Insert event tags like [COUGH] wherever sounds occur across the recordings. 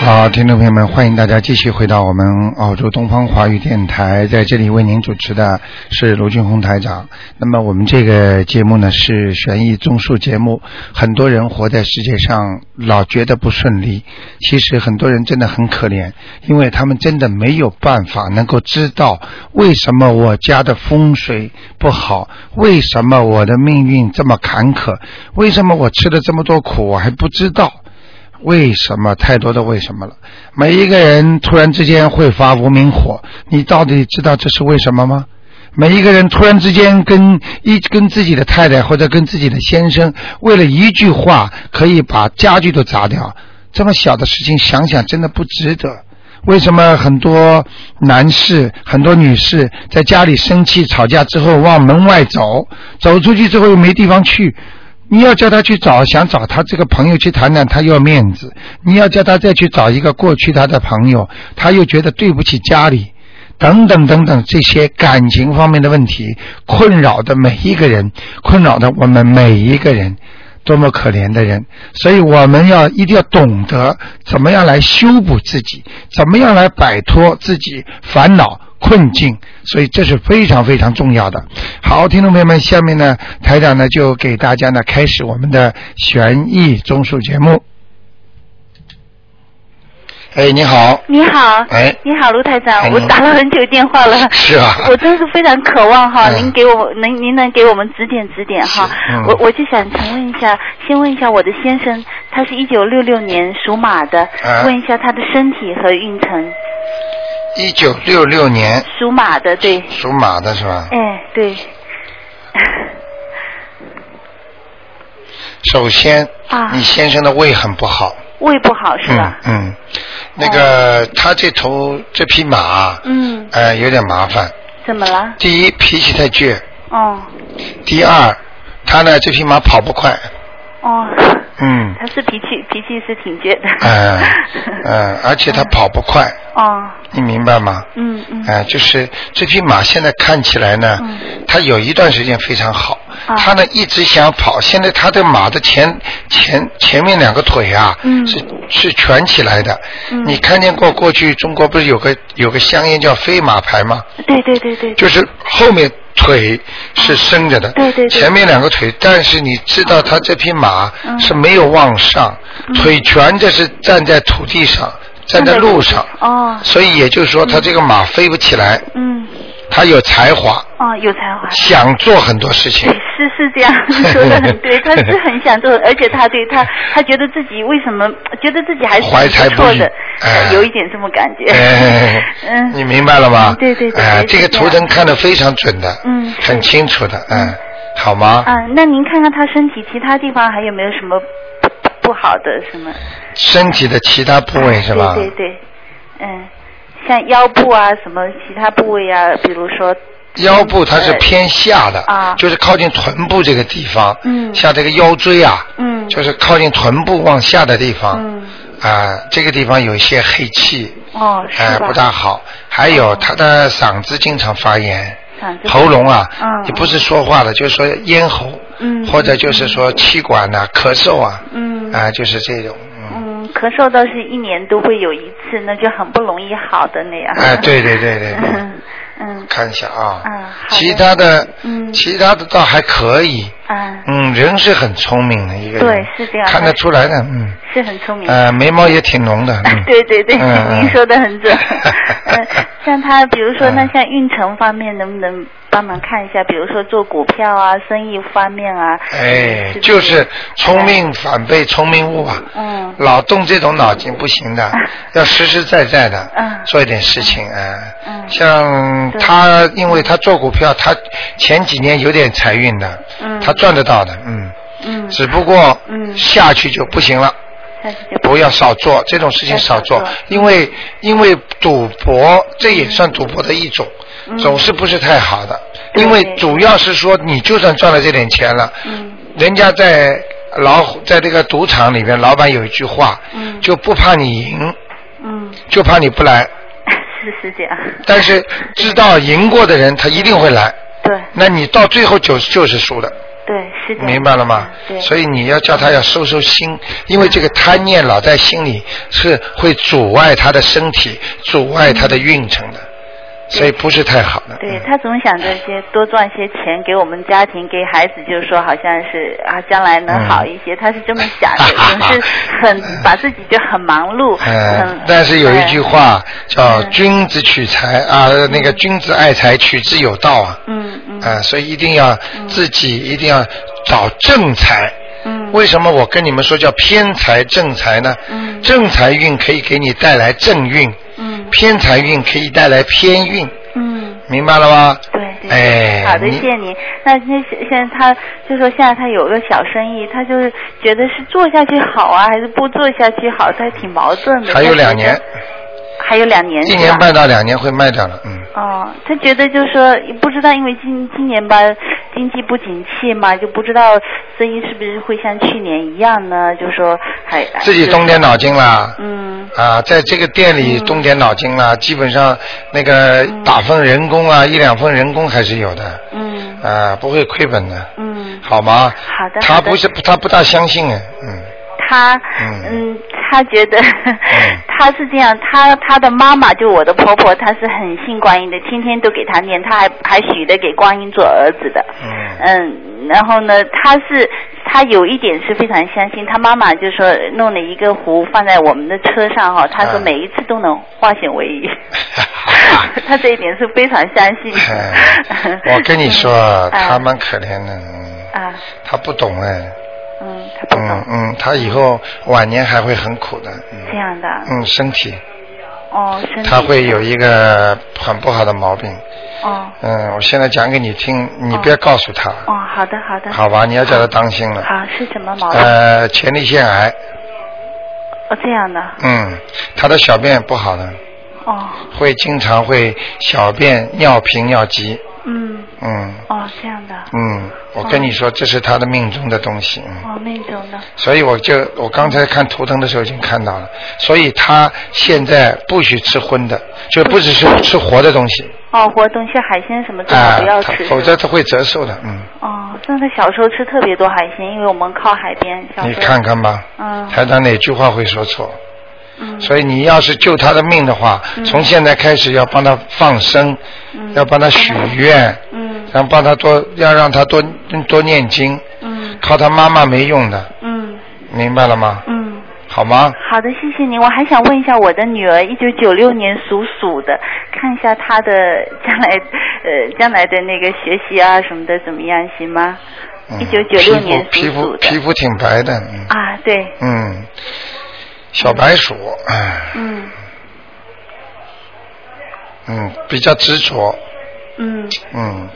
好，听众朋友们，欢迎大家继续回到我们澳洲东方华语电台，在这里为您主持的是卢俊宏台长。那么我们这个节目呢是悬疑综述节目，很多人活在世界上老觉得不顺利，其实很多人真的很可怜，因为他们真的没有办法能够知道为什么我家的风水不好，为什么我的命运这么坎坷，为什么我吃了这么多苦我还不知道。为什么太多的为什么了？每一个人突然之间会发无名火，你到底知道这是为什么吗？每一个人突然之间跟一跟自己的太太或者跟自己的先生，为了一句话可以把家具都砸掉，这么小的事情想想真的不值得。为什么很多男士、很多女士在家里生气吵架之后往门外走，走出去之后又没地方去？你要叫他去找，想找他这个朋友去谈谈，他要面子；你要叫他再去找一个过去他的朋友，他又觉得对不起家里，等等等等，这些感情方面的问题困扰的每一个人，困扰的我们每一个人，多么可怜的人！所以我们要一定要懂得怎么样来修补自己，怎么样来摆脱自己烦恼。困境，所以这是非常非常重要的。好，听众朋友们，下面呢，台长呢就给大家呢开始我们的悬疑综述节目。哎，你好，你好，哎你好，卢台哎长，你我打了很久电话了。是啊， [LAUGHS] 我真是非常渴望哈，嗯您给我能您能给我们指点指点哈是嗯。我我就想请问一下，先问一下我的先生，他是一九六六年属马的嗯，问一下他的身体和运程。一九六六年属马的，对，属马的是吧？哎，对， [LAUGHS] 首先，啊你先生的胃很不好，胃不好是啊嗯吧？嗯，那个他这头这匹马，嗯，呃，有点麻烦。怎么了？第一，脾气太倔；哦第二，他呢这匹马跑不快，哦，嗯。他是脾气脾气是挺倔的。嗯嗯，而且它跑不快， [LAUGHS] 哦，你明白吗？嗯嗯哎、就是这匹马现在看起来呢，嗯它有一段时间非常好，啊它呢一直想跑，现在它的马的前前前面两个腿啊，嗯是是蜷起来的。嗯你看见过过去中国不是有个有个香烟叫飞马牌吗？对对对对。就是后面腿是伸着的，啊对对对前面两个腿，但是你知道他这匹马嗯是没有往上，腿全的是站在土地上，站在路上，哦，所以也就是说他这个马飞不起来，嗯，他有才华，哦，有才 [LAUGHS] 华。想做很多事情 [LAUGHS] 对，，是是这 [LAUGHS] 样说的很对，他是很想做，而且他对他，他觉得自己为什么觉得自己还是怀才挺不不错遇的，哎有一点这么感觉。哎，嗯你明白了吗嗯？对对对哎、对这个是这图样腾看得非常准的，嗯是很清楚的，嗯，好吗？啊，那您看看他身体其他地方还有没有什么不不好的什么？身体的其他部位是吧？对对对，嗯，像腰部啊，什么其他部位啊，比如说，腰部它是呃偏下的，啊就是靠近臀部这个地方，嗯像这个腰椎啊，嗯，就是靠近臀部往下的地方，嗯，啊、这个地方有一些黑气，哦，哎、是吧？哦不大好。还有他的嗓子经常发炎，嗓子喉咙啊，嗯也不是说话的，就是说咽喉，嗯或者就是说气管呐、咳嗽啊，嗯啊、就是这种，嗯，嗯，咳嗽倒是一年都会有一次，那就很不容易好的那样。哎对对对对 [LAUGHS] 嗯嗯看一下啊，嗯好的其他的，嗯其他的倒还可以，啊，嗯，人是很聪明的一个人，对是这样看得出来的，嗯，是很聪明。，呃，眉毛也挺浓的，嗯 [LAUGHS] 对对对，嗯您说的很 [LAUGHS] 准。嗯，像他，比如说，嗯那像运程方面，能不能帮忙看一下？比如说做股票啊，生意方面啊。哎嗯，就是聪明反被聪明误啊，嗯老动这种脑筋不行 [LAUGHS] 的，要实实在在的，嗯做一点事情啊。嗯像对他，因为他做股票，他前几年有点财运的，嗯他赚得到的，嗯，嗯，只不过嗯下去就不行了。但是就不要少做这种事情，少做少做，因为因为赌博这也算赌博的一种，嗯总是不是太好的。对因为主要是说，你就算赚了这点钱了，嗯人家在老虎在这个赌场里面，老板有一句话，嗯就不怕你赢，嗯， [LAUGHS] 就怕你不来。是是这样。但是知道赢过的人，他一定会来。对那你到最后就是就是输的，对对，是的。明白了吗？对。所以你要叫他要收收心，因为这个贪念老在心里是会阻碍他的身体，阻碍他的运程的，所以不是太好的。嗯对嗯他总想着些多赚些钱给我们家庭给孩子，就是说好像是啊将来能好一嗯些，他是这么想的，总是很把自己就很忙 [LAUGHS] 碌，嗯很，哎但是有一句，话叫“嗯君子取财”啊，那个“君子爱财，取之有道”啊，嗯嗯啊，所以一定要自己一定要找正财。嗯为什么我跟你们说叫偏财正财呢？嗯正财运可以给你带来正运，嗯偏财运可以带来偏运，嗯。明白了吗？对对，哎好的，你谢谢您。那那现现在他就说现在他有个小生意，他就是觉得是做下去好啊，还是不做下去好，他挺矛盾的。还有他觉得两年，，还有两年，一是年吧半到两年会卖掉了，嗯。哦，他觉得就是说，不知道因为今今年吧，经济不景气嘛，就不知道生意是不是会像去年一样呢？就说还自己动点脑筋啦。嗯啊，在这个店里动点脑筋啦，基本上那个打份人工啊，一两份人工还是有的，嗯啊，不会亏本的，嗯，好吗？好的他好的不是他不大相信，嗯，他嗯嗯他觉得 [LAUGHS] 他是这样，他他的妈妈就我的婆婆，她是很信观音的，天天都给她念，她还还许的给观音做儿子的。嗯嗯，然后呢，他是他有一点是非常相信，他妈妈就说弄了一个壶放在我们的车上哈、他说嗯每一次都能化险 [LAUGHS] 为夷，他这一点是非常相信。哎我跟你说，呃 [LAUGHS] 嗯他蛮可怜的，嗯，啊，他不懂哎，嗯，他不嗯懂、嗯，他以后晚年还会很苦的，这嗯样的，嗯，身体哦，啊身体他会有一个很不好的毛病，哦嗯，我现在讲给你听，你不要告诉他，哦，好的好的，好吧？你要叫他当心了。好是什么毛病？呃，前列腺癌，哦，这样的，嗯，他的小便不好的，哦，会经常会小便尿频尿急，嗯，嗯哦，这样的，嗯，我跟你说，这是他的命中的东西，嗯，哦，那种的，所以我就我刚才看图腾的时候已经看到了，所以他现在不许吃荤的，就不许吃吃活的东 [LAUGHS] 西哦，活动些海鲜什么最好啊不要，他吃，否则他会折寿的，嗯，哦，但是小时候吃特别多海鲜，因为我们靠海边。小时候你看，看吧，嗯台长哪句话会说错？嗯，所以你要是救他的命的话，嗯从现在开始要帮他放生，嗯要帮他许愿，嗯然后帮他多要让他多多念经，嗯靠他妈妈没用的，嗯明白了吗？嗯，好吗？好的，谢谢您。我还想问一下我的女儿，一九九六年属鼠的，看一下她的将来呃将来的那个学习啊什么的怎么样，行吗？嗯一九九六年属皮肤鼠皮肤皮的肤挺白的，嗯啊，对，嗯，小白鼠，哎唉嗯嗯，比较执着，嗯，嗯，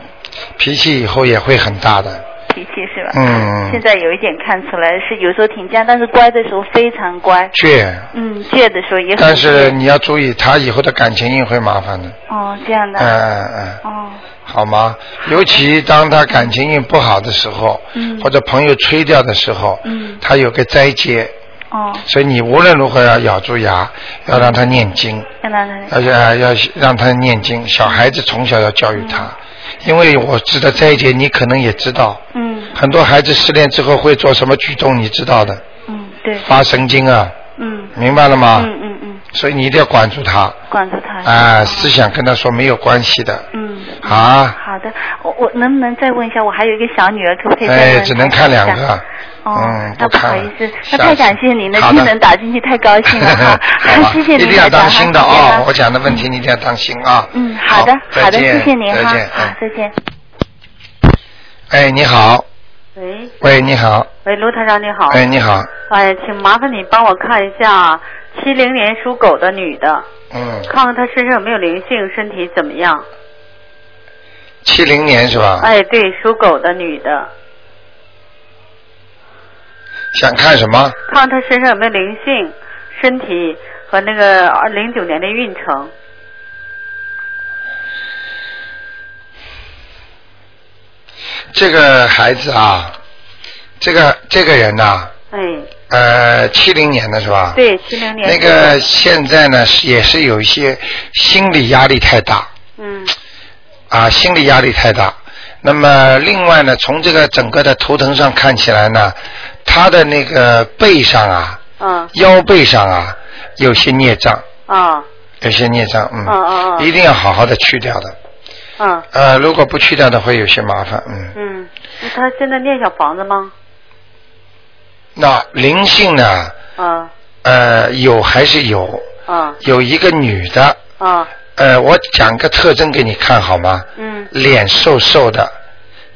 脾气以后也会很大的，脾气是吧？嗯现在有一点看出来是有时候挺犟，但是乖的时候非常乖。倔，嗯，倔的时候也很倔。但是你要注意，他以后的感情运会麻烦的，哦，这样的。嗯嗯嗯。哦，好吗？尤其当他感情运不好的时候，嗯或者朋友吹掉的时候，嗯他有个灾劫，哦，所以你无论如何要咬住牙，嗯要让他念经，看到他要要要让他念经。小孩子从小要教育他，因为我知道灾劫，你可能也知道，嗯很多孩子失恋之后会做什么举动，你知道的，嗯，对，发神经啊，嗯明白了吗？嗯嗯嗯，所以你一定要管住他，管住他。啊，思想跟他说没有关系的，嗯，啊，好的，我我能不能再问一下？我还有一个小女儿，可不可以再问哎，她只能看两一 [LAUGHS] 下个。。哦，嗯，那不看好了意思，下那次太感谢您了，好今的天能打进去太高 [LAUGHS] 兴了哈，好吧啊 [LAUGHS] 谢谢您，一定要台长当心的哈谢谢啊！啊我讲的问题你一定要当心啊。嗯，好的，好再的，见谢谢您啊再哈，见。好，嗯再见。哎，你好，喂喂，你好，喂，卢台长你好。哎，你好，哎，请麻烦你帮我看一下七零年属狗的女的，嗯，看看她身上有没有灵性，身体怎么样？七零年是吧？哎，对，属狗的女的，想看什么？看看她身上有没有灵性，身体和那个二零九年的运程。这个孩子啊，这个这个人呐、哎，呃，七零年的是吧？。对，七零年。那个。现在呢，是也是有一些心理压力太大嗯啊，心理压力太大，那么另外呢，从这个整个的头疼上看起来呢，他的那个背上啊，嗯腰背上啊，有些孽障，啊有些孽障，嗯，嗯嗯嗯一定要好好的去掉的。嗯呃，如果不去掉的会有些麻烦，嗯。嗯，那他现在念小房子吗？那灵性呢，啊呃，有还是有，啊有一个女的，啊呃，我讲个特征给你看好吗？嗯脸瘦瘦的，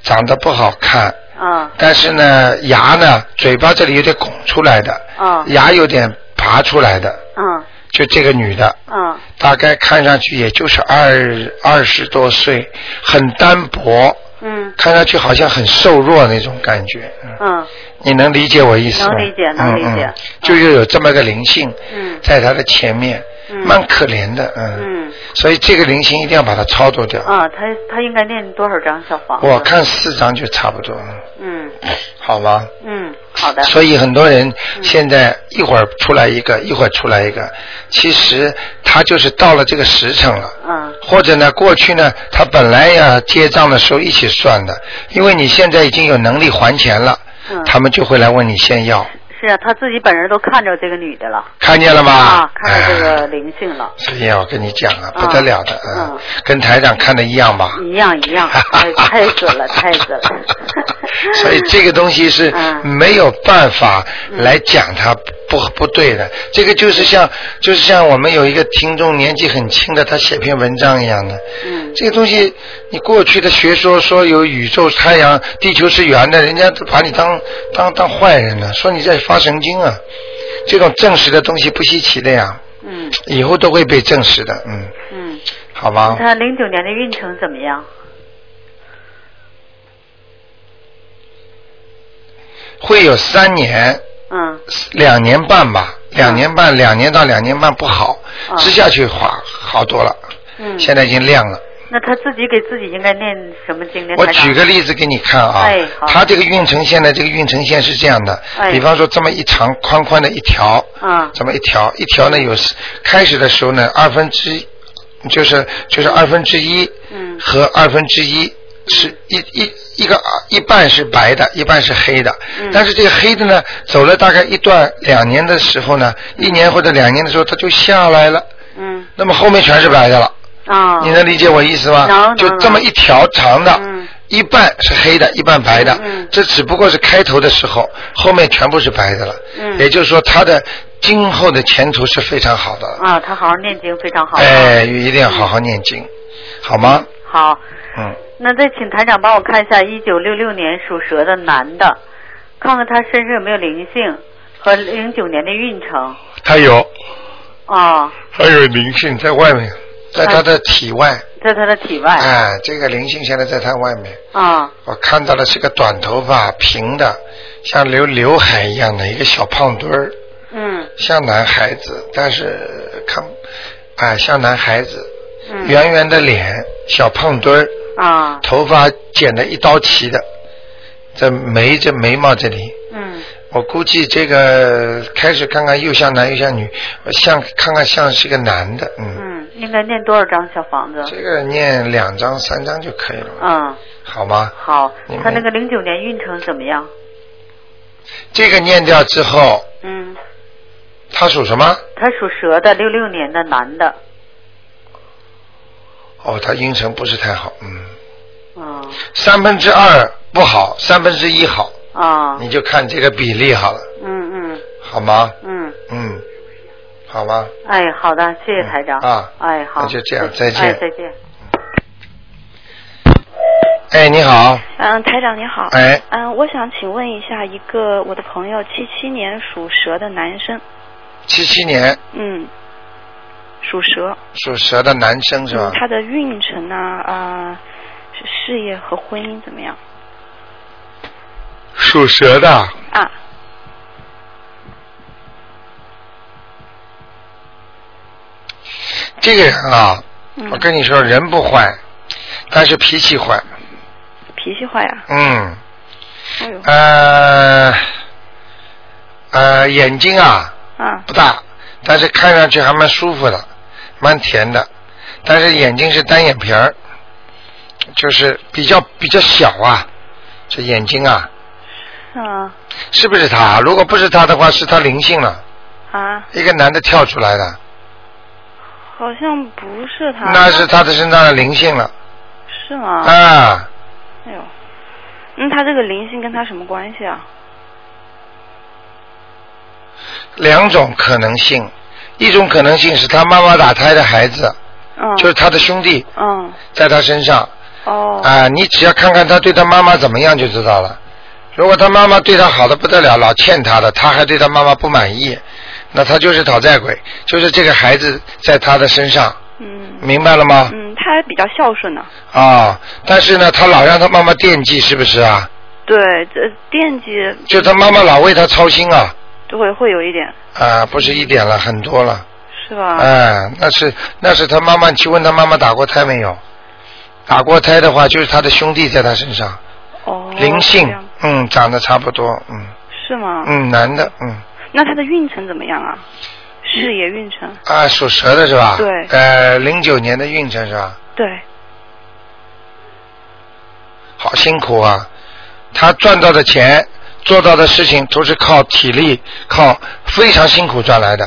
长得不好看，啊但是呢，牙呢，嘴巴这里有点拱出来的，啊牙有点爬出来的，嗯就这个女的，嗯大概看上去也就是二二十多岁，很单薄，嗯看上去好像很瘦弱那种感觉。嗯嗯你能理解我意思吗？能理解能理解嗯嗯、就是有这么个灵性嗯在他的前面，嗯蛮可怜的，嗯。嗯所以这个灵性一定要把它操作掉。啊，他他应该念多少张小房子？我看四张就差不多，嗯嗯好吗？嗯，好嗯的，所以很多人现在一会儿出来一个，一会儿出来一个，其实他就是到了这个时辰了。嗯或者呢，过去呢，他本来呀结账的时候一起算的，因为你现在已经有能力还钱了，嗯，他们就会来问你先要，是啊，他自己本人都看着这个女的了看见了吧？啊，看着这哎个灵性了，所以我跟你讲啊，啊不得了的，嗯嗯，跟台长看的一样吧？。一样一样，哎太准了，太准了 [LAUGHS] 所以这个东西是嗯没有办法来讲它不不对的，这个就是像就是像我们有一个听众年纪很轻的，他写篇文章一样的，嗯这个东西你过去的学说说有宇宙太阳地球是圆的，人家都把你当当当坏人了，说你在发神经啊，这种证实的东西不稀奇的呀，嗯以后都会被证实的，嗯，嗯，好吗？他零九年的运程怎么样？会有三年嗯两年半吧，两年半，两年到两年半不好，啊吃下去好好多了，嗯，现在已经亮了。那他自己给自己应该念什么经呢？我台长举个例子给你看啊哎，好它这个运程线呢，这个运程线是这样的，哎比方说这么一长宽宽的一条，嗯这么一条，一条呢有开始的时候呢二分之，就是就是二分之一嗯和二分之一是一一一个一半是白的，一半是黑的。嗯但是这个黑的呢，走了大概一段两年的时候呢，一年或者两年的时候，它就下来了。嗯那么后面全是白的了，啊你能理解我意思吗？能就能这么一条长的，嗯一半是黑的，一半白的。嗯嗯这只不过是开头的时候，后面全部是白的了。嗯也就是说，它的今后的前途是非常好的了。啊，他好好念经非常好。啊哎，一定要好好念经，好吗？好，嗯，那再请台长帮我看一下一九六六年属蛇的男的，看看他身上有没有灵性和零九年的运程他有。啊，还有灵性在外面，在他的体外，在他的体外哎，这个灵性现在在他外面，啊我看到的是个短头发平的，像留刘海一样的一个小胖墩儿，嗯像男孩子，但是看，哎，像男孩子，嗯圆圆的脸，小胖墩儿，啊头发剪得一刀齐的，这眉这眉毛这里，嗯我估计这个开始看看又像男又像女，我像看看像是个男的，嗯，应该念多少张小房子？这个念两张、三张就可以了，嗯，好吗？好你，他们那个零九年运程怎么样？这个念掉之后，嗯，他属什么？他属蛇的，六六年的男的。哦，他运程不是太好，嗯，啊三分之二不好，三分之一好，啊，你就看这个比例好了，嗯嗯好吗？嗯，嗯，好吗？哎，好的，谢谢台长嗯啊哎，好，那就这样再见哎，再见。哎，你好，嗯，台长您好。哎，嗯，我想请问一下一个我的朋友，七七年属蛇的男生，七七年嗯，属蛇，属蛇的男生是吧嗯，？他的运程呢，啊、是事业和婚姻怎么样属蛇的，啊？这个人啊，嗯我，跟你说，人不坏，但是脾气坏，脾气坏啊，嗯，哎呦，呃，呃，眼睛啊，啊，不大，但是看上去还蛮舒服的，蛮甜的，但是眼睛是单眼皮儿，就是比较比较小啊，这眼睛啊，嗯是不是他？如果不是他的话，是他灵性了，啊，一个男的跳出来的，好像不是他。那是他的身上的灵性了是吗？啊。哎呦，那、他这个灵性跟他什么关系啊？两种可能性，一种可能性是他妈妈打胎的孩子，嗯，就是他的兄弟嗯在他身上哦、啊，你只要看看他对他妈妈怎么样就知道了。如果他妈妈对他好的不得了，老欠他的，他还对他妈妈不满意，那他就是讨债鬼，就是这个孩子在他的身上，嗯明白了吗？嗯，他还比较孝顺呢、啊，但是呢，他老让他妈妈惦记，是不是啊？对，这惦记就他妈妈老为他操心啊，会会有一点，啊，不是一点了，很多了，是吧？哎、那是那是他妈妈，你去问他妈妈打过胎没有？打过胎的话，就是他的兄弟在他身上，哦，灵性这样，啊嗯，长得差不多，嗯是吗？嗯，男的，嗯，那他的运程怎么样啊？事业运程，啊，属蛇的是吧？对呃，零九年的运程是吧？对，好辛苦啊！他赚到的钱、做到的事情都是靠体力、靠非常辛苦赚来的，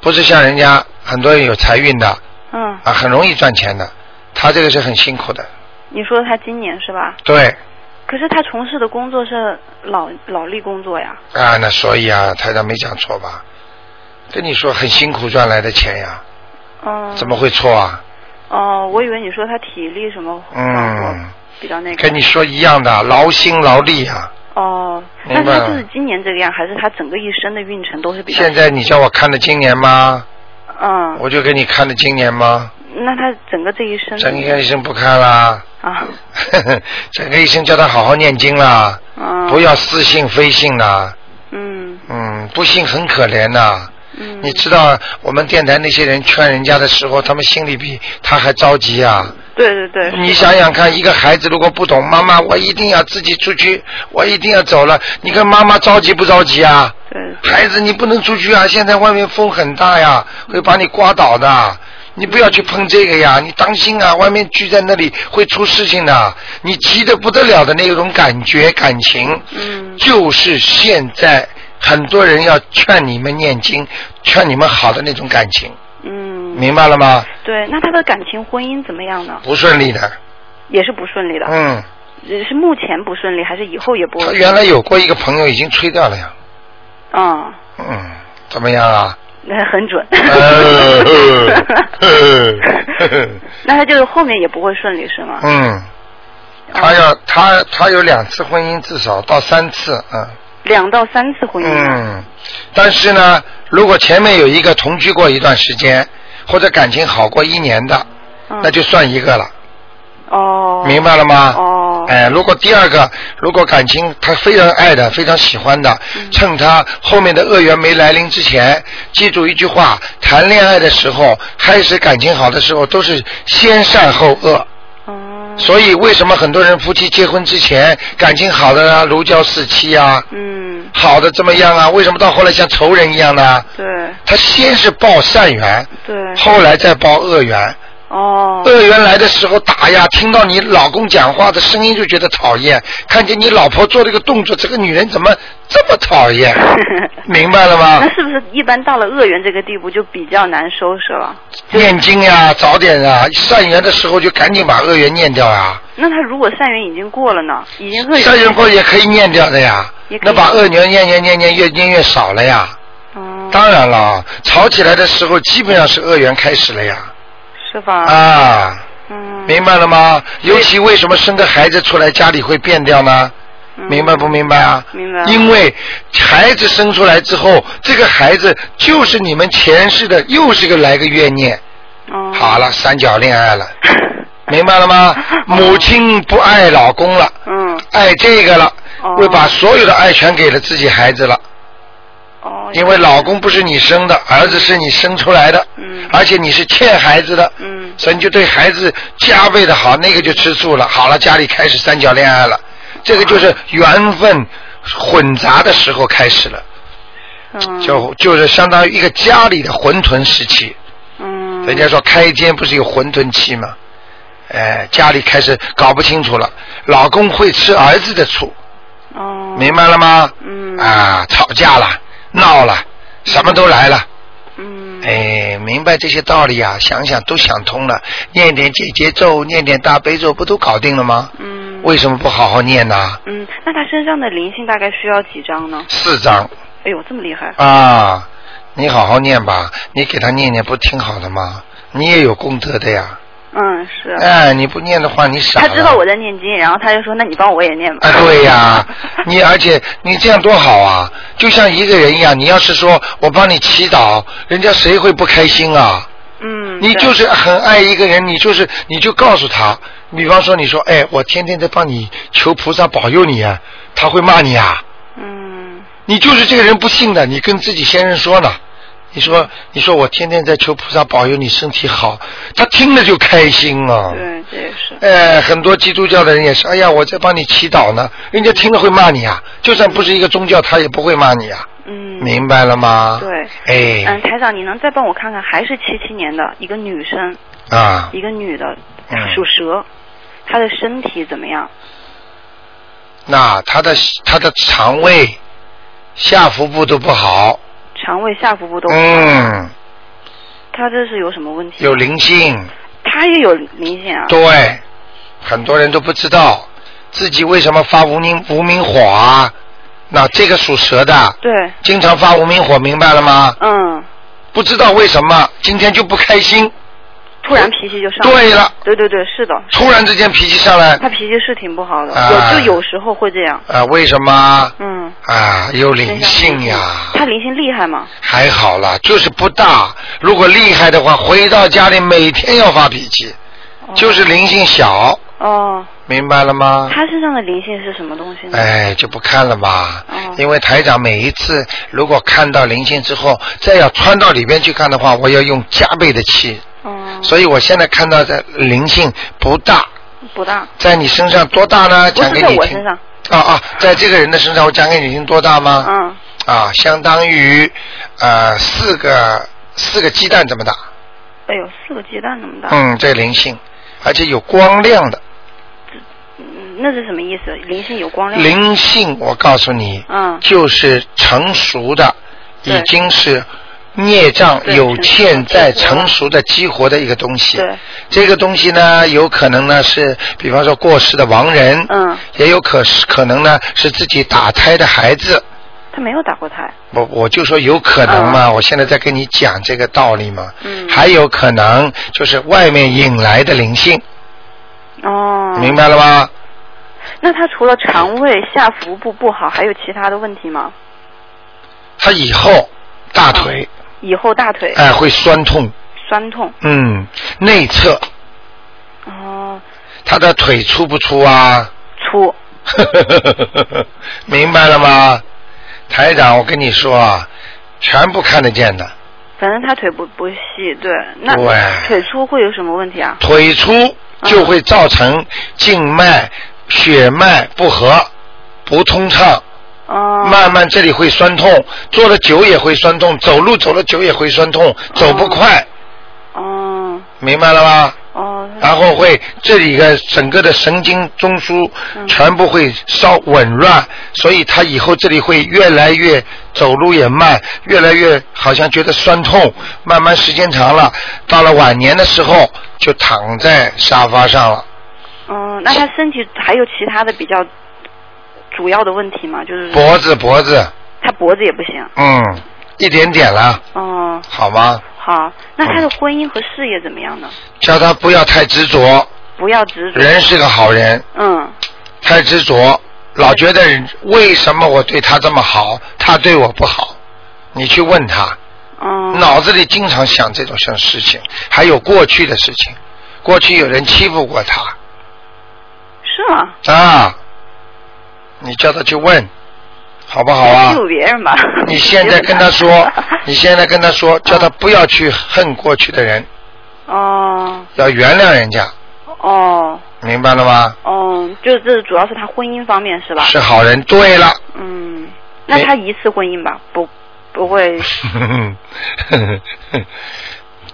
不是像人家很多人有财运的嗯，啊，很容易赚钱的。他这个是很辛苦的，你说他今年是吧？对可是他从事的工作是劳劳力工作呀。啊，那所以啊，台长没讲错吧？跟你说很辛苦赚来的钱呀，嗯。怎么？会错啊？哦，我以为你说他体力什么嗯，比较那个。跟你说一样的，劳心劳力啊。哦，明白了但是他就是今年这个样，还是他整个一生的运程都是比较现在你叫我看的今年吗？嗯，我就给你看的今年吗？那他整个这一生整个医生不看啦。 [LAUGHS] 啊，整个医生叫他好好念经啦，嗯，不要似信非信啦。嗯嗯，不信很可怜呐、嗯，你知道我们电台那些人劝人家的时候，他们心里比他还着急啊。对对对，你想想看，一个孩子如果不懂妈妈，我一定要自己出去，我一定要走了，你看妈妈着急不着急啊？对孩子，你不能出去啊！现在外面风很大呀，会把你刮倒的。你不要去碰这个呀，你当心啊！外面聚在那里会出事情的。你急得不得了的那种感觉、感情，嗯就是现在很多人要劝你们念经、劝你们好的那种感情，嗯，明白了吗？对，那他的感情婚姻怎么样呢？不顺利的，也是不顺利的，嗯，呃是目前不顺利，还是以后也不？他原来有过一个朋友已经吹掉了呀，嗯，嗯，怎么样啊？嗯那很准。 [LAUGHS] 呃那那他就是后面也不会顺利是吗？哦嗯，他要他他有两次婚姻，至少到三次，嗯两到三次婚姻啊，嗯。但是呢，如果前面有一个同居过一段时间，或者感情好过一年的，嗯那就算一个了，哦，明白了吗？哦哎，如果第二个，如果感情他非常爱的、非常喜欢的，嗯趁他后面的恶缘没来临之前，记住一句话：谈恋爱的时候，开始感情好的时候，都是先善后恶。嗯所以为什么很多人夫妻结婚之前感情好的啊，如胶似漆啊，嗯，好的怎么样啊？为什么到后来像仇人一样呢？对他先是报善缘，对，后来再报恶缘。哦，恶缘来的时候打呀，听到你老公讲话的声音就觉得讨厌，看见你老婆做这个动作，这个女人怎么这么讨厌？明白了吗 [LAUGHS] 那？是不是一般到了恶缘这个地步就比较难收拾了？念经呀、早点啊，善缘的时候就赶紧把恶缘念掉啊。那他如果善缘已经过了呢？已经恶缘善缘过也可以念掉的呀也，可那以把恶缘念念念念越念越少了呀。嗯，当然了啊，吵起来的时候基本上是恶缘开始了呀。是吧？啊，嗯，明白了吗？尤其为什么生个孩子出来家里会变掉呢？嗯明白不？明白啊？明白因为孩子生出来之后，这个孩子就是你们前世的，又是个来个怨念。嗯，好了，三角恋爱了，明白了吗？母亲不爱老公了， [LAUGHS] 嗯，爱这个了，哦会把所有的爱全给了自己孩子了。哦，因为老公不是你生的，儿子是你生出来的，嗯而且你是欠孩子的，嗯所以你就对孩子加倍的好，那个就吃醋了。好了，家里开始三角恋爱了，这个就是缘分混杂的时候开始了，嗯，就就是相当于一个家里的混沌时期。嗯，人家说开间不是有混沌期吗？哎，家里开始搞不清楚了，老公会吃儿子的醋，哦，明白了吗？嗯啊，吵架了，闹了，什么都来了。嗯，哎，明白这些道理啊，想想都想通了，念点姐姐咒，念点大悲咒，不都搞定了吗？嗯为什么不好好念呢、嗯，那他身上的灵性大概需要几张呢？四张哎呦，这么厉害！啊，你好好念吧，你给他念念不挺好的吗？你也有功德的呀。嗯，是。哎，你不念的话，你傻他了。知道我在念经，然后他就说：“那你帮我也念吧。啊，对呀， [LAUGHS] 你而且你这样多好啊，就像一个人一样。你要是说我帮你祈祷，人家谁会不开心啊？嗯，你对就是很爱一个人，你就是你就告诉他，比方说你说，哎，我天天在帮你求菩萨保佑你啊，他会骂你啊。嗯你就是这个人不信的，你跟自己先生说呢，你说你说我天天在求菩萨保佑你身体好，他听了就开心啊。对，这也是。哎，很多基督教的人也是，哎呀，我在帮你祈祷呢，人家听了会骂你啊，就算不是一个宗教，他也不会骂你啊，嗯，明白了吗？对。嗯，哎，台长，你能再帮我看看，还是七七年的一个女生，啊，一个女的嗯，属蛇，她的身体怎么样？那他的他的肠胃、下腹部都不好，肠胃、下腹部都，嗯，她这是有什么问题？有灵性，她也有明显啊。对，很多人都不知道自己为什么发无名无名火啊，那这个属蛇的对，经常发无名火，明白了吗？嗯，不知道为什么今天就不开心，突然脾气就上来。对了。对对对，是的，突然之间脾气上来，她脾气是挺不好的，啊有就有时候会这样。啊，为什么？嗯，啊，有灵性呀、她灵性厉害吗？还好啦，就是不大。如果厉害的话，回到家里每天要发脾气，哦就是灵性小，哦，明白了吗？她身上的灵性是什么东西呢？哎，就不看了吧嗯哦，因为台长每一次如果看到灵性之后，再要穿到里边去看的话，我要用加倍的气，哦，所以我现在看到的灵性不大，不大，在你身上多大呢？不讲是给在你我身听。上。啊啊，在这个人的身上，我讲给你听多大吗？嗯，啊，相当于呃四个四个鸡蛋这么大，哎呦，四个鸡蛋那么大。嗯，这灵性，而且有光亮的嗯，那是什么意思？灵性有光亮。。灵性，我告诉你，嗯就是成熟的，对已经是孽障对有成熟欠债成熟成熟的激活的一个东西。对，这个东西呢，有可能呢是，比方说过世的亡人，嗯，也有可是可能呢是自己打胎的孩子。他没有打过胎。我我就说有可能嘛，我现在在跟你讲这个道理嘛。嗯还有可能就是外面引来的灵性，哦。明。白了吗？那他除了肠胃、下腹部不好，还有其他的问题吗？他以后大腿以后大腿哎、会酸痛，酸痛。嗯，内侧哦，他的腿粗不粗啊？ [LAUGHS] 粗。明白了吗？台长，我跟你说啊，全部看得见的，反正他腿不不细，对，那对腿粗会有什么问题啊？腿粗就会造成静脉、血脉不和、不通畅。哦，慢慢这里会酸痛，坐了久也会酸痛，走路走了久也会酸痛，走不快，哦明白了吧？哦，然后会这里的整个的神经中枢嗯全部会稍紊乱，所以他以后这里会越来越走路也慢，越来越好像觉得酸痛，慢慢时间长了，到了晚年的时候就躺在沙发上了。嗯，那他身体还有其他的比较主要的问题吗？就是脖子脖子，他脖子也不行。嗯，一点点了，哦，好吗？好，那他嗯的婚姻和事业怎么样呢？叫他不要太执着，不要执着。人是个好人，嗯，太执着，老觉得为什么我对他这么好，他对我不好。你去问他，哦，脑子里经常想这种像事情，还有过去的事情，过去有人欺负过他是吗？啊。你叫他去问，好不好啊欺？负别人吧。你现在跟 [LAUGHS] 他说，你现在跟他说，叫他不要去恨过去的人，哦要原谅人家，哦明白了吗？哦，就这主要是他婚姻方面是吧？是好人。对了， [LAUGHS] 嗯，那他一次婚姻吧，不不会。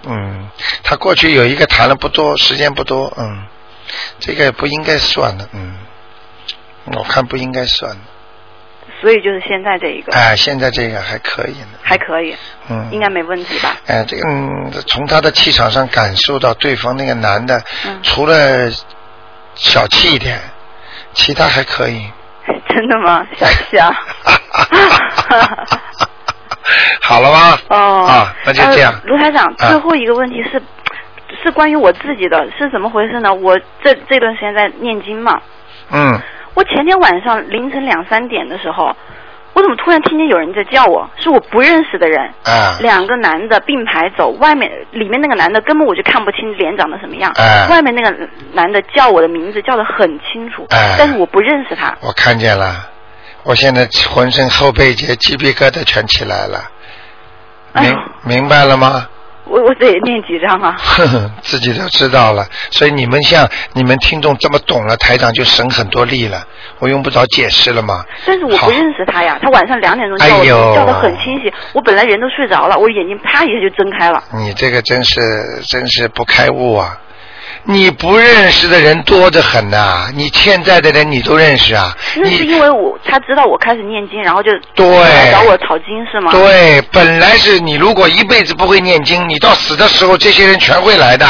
嗯，他过去有一个谈了不多，时间不多，嗯，这个不应该算的，嗯，我看不应该算的。所以就是现在这一个哎，现在这个还可以呢，还可以，嗯，应该没问题吧？哎，这个嗯，从他的气场上感受到对方那个男的，嗯除了小气一点，其他还可以。 [LAUGHS] [LAUGHS] 真的吗？小气啊！好了吧？哦，啊，那就这样呃。卢台长，啊最后一个问题是、是关于我自己的，是怎么回事呢？我这这段时间在念经嘛，嗯，我前天晚上凌晨两三点的时候，我怎么突然听见有人在叫我？是我不认识的人，啊，两个男的并排走，外面里面那个男的根本我就看不清脸长得什么样，哎外面那个男的叫我的名字叫得很清楚，哎但是我不认识他。我看见了，我现在浑身后背节鸡皮疙瘩全起来了，哎明、 [LAUGHS] 呦明白了吗？我我得念几张啊？呵呵， [LAUGHS] 自己都知道了，所以你们像你们听众这么懂了，台长就省很多力了，我用不着解释了嘛。但是我好不认识他呀，他晚上两点钟叫我，哎呦叫得很清晰。我本来人都睡着了，我眼睛啪一下就睁开了。你这个真是真是不开悟啊！你不认识的人多得很呐、你欠债的人你都认识啊？那是你因为我他知道我开始念经，然后就对来找我讨经是吗？对，本来是你如果一辈子不会念经，你到死的时候这些人全会来的，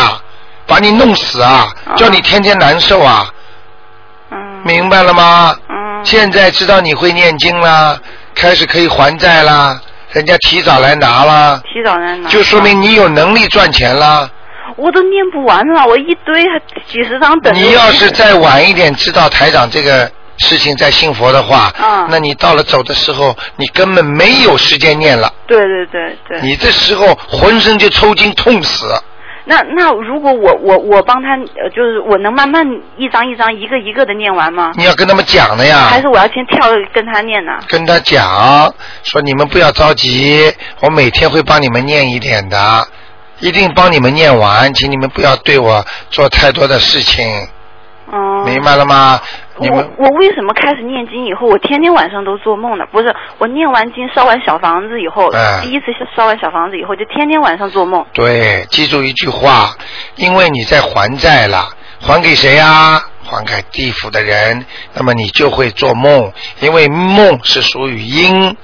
把你弄死啊，叫你天天难受啊，嗯明白了吗？嗯现在知道你会念经啦，开始可以还债啦，人家提早来拿啦，提早来拿，就说明你有能力赚钱啦。我都念不完了，我一堆还几十张等着我。你要是再晚一点知道台长这个事情再信佛的话，嗯那你到了走的时候，你根本没有时间念了，对对对对，你这时候浑身就抽筋痛死。那那如果我我我帮他，呃就是我能慢慢一张一张一个一个的念完吗？你要跟他们讲的呀还，是我要先跳跟他念呢？跟他讲说你们不要着急，我每天会帮你们念一点的，一定帮你们念完，请你们不要对我做太多的事情，嗯，明白了吗？你我们我为什么开始念经以后，我天天晚上都做梦呢？不是，我念完经烧完小房子以后，哎第一次烧完小房子以后，就天天晚上做梦。对，记住一句话，因为你在还债了，还给谁呀、还给地府的人，那么你就会做梦，因为梦是属于阴，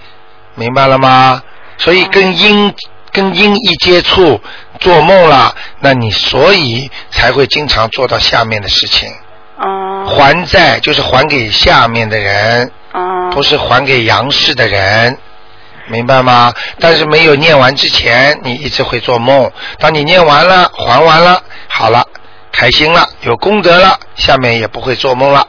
明白了吗？所以跟阴跟阴一接触，做梦了，那你所以才会经常做到下面的事情，嗯还债就是还给下面的人，嗯，不是还给杨氏的人，明白吗？但是没有念完之前，你一直会做梦。当你念完了，还完了，好了，开心了，有功德了，下面也不会做梦了。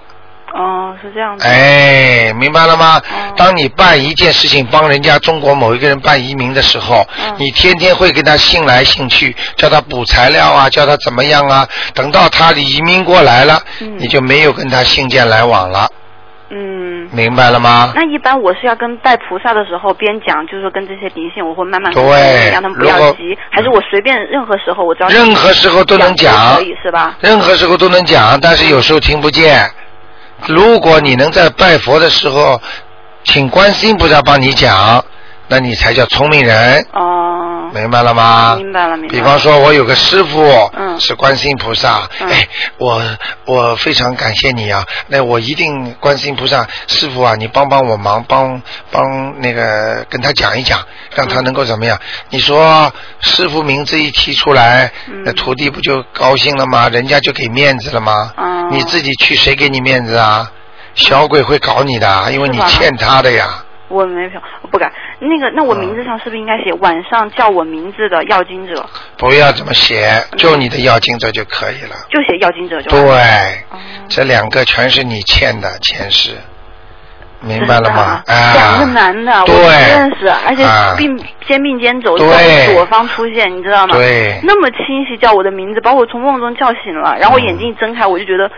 哦，是这样子。哎，明白了吗哦？当你办一件事情，帮人家中国某一个人办移民的时候嗯，你天天会跟他信来信去，叫他补材料啊，叫他怎么样啊。等到他移民过来了，嗯你就没有跟他信件来往了，嗯，明白了吗？那一般我是要跟拜菩萨的时候边讲，就是说跟这些灵性，我会慢慢跟对他们讲让他们不如要果急，还是我随便任何时候我只要任何时候都能讲讲就可，以啊是吧？任何时候都能讲，但是有时候听不见。如果你能在拜佛的时候，请观世音菩萨帮你讲，那你才叫聪明人，哦，明白了吗？明白了明白了比方说，我有个师傅，嗯是观世音菩萨，嗯哎，我我非常感谢你啊，那我一定观世音菩萨师傅啊，你帮帮我忙，帮帮那个跟他讲一讲，让他能够怎么样？你说师傅名字一提出来，嗯那徒弟不就高兴了吗？人家就给面子了吗？哦你自己去，谁给你面子啊？小鬼会搞你的，因为你是吧欠他的呀。我没票，我不敢。那个，那我名嗯字上是不是应该写晚上叫我名字的要经者，不要这么写，嗯就你的要经者就可以了。就写要经者就好了。对，哦这两个全是你欠的前世，明白了吗？真的啊啊，两个男的，我对，不认识，而且啊并肩并肩走，对从左方出现，你知道吗？对那么清晰叫我的名字，把我从梦中叫醒了，然后我嗯眼睛一睁开，我就觉得，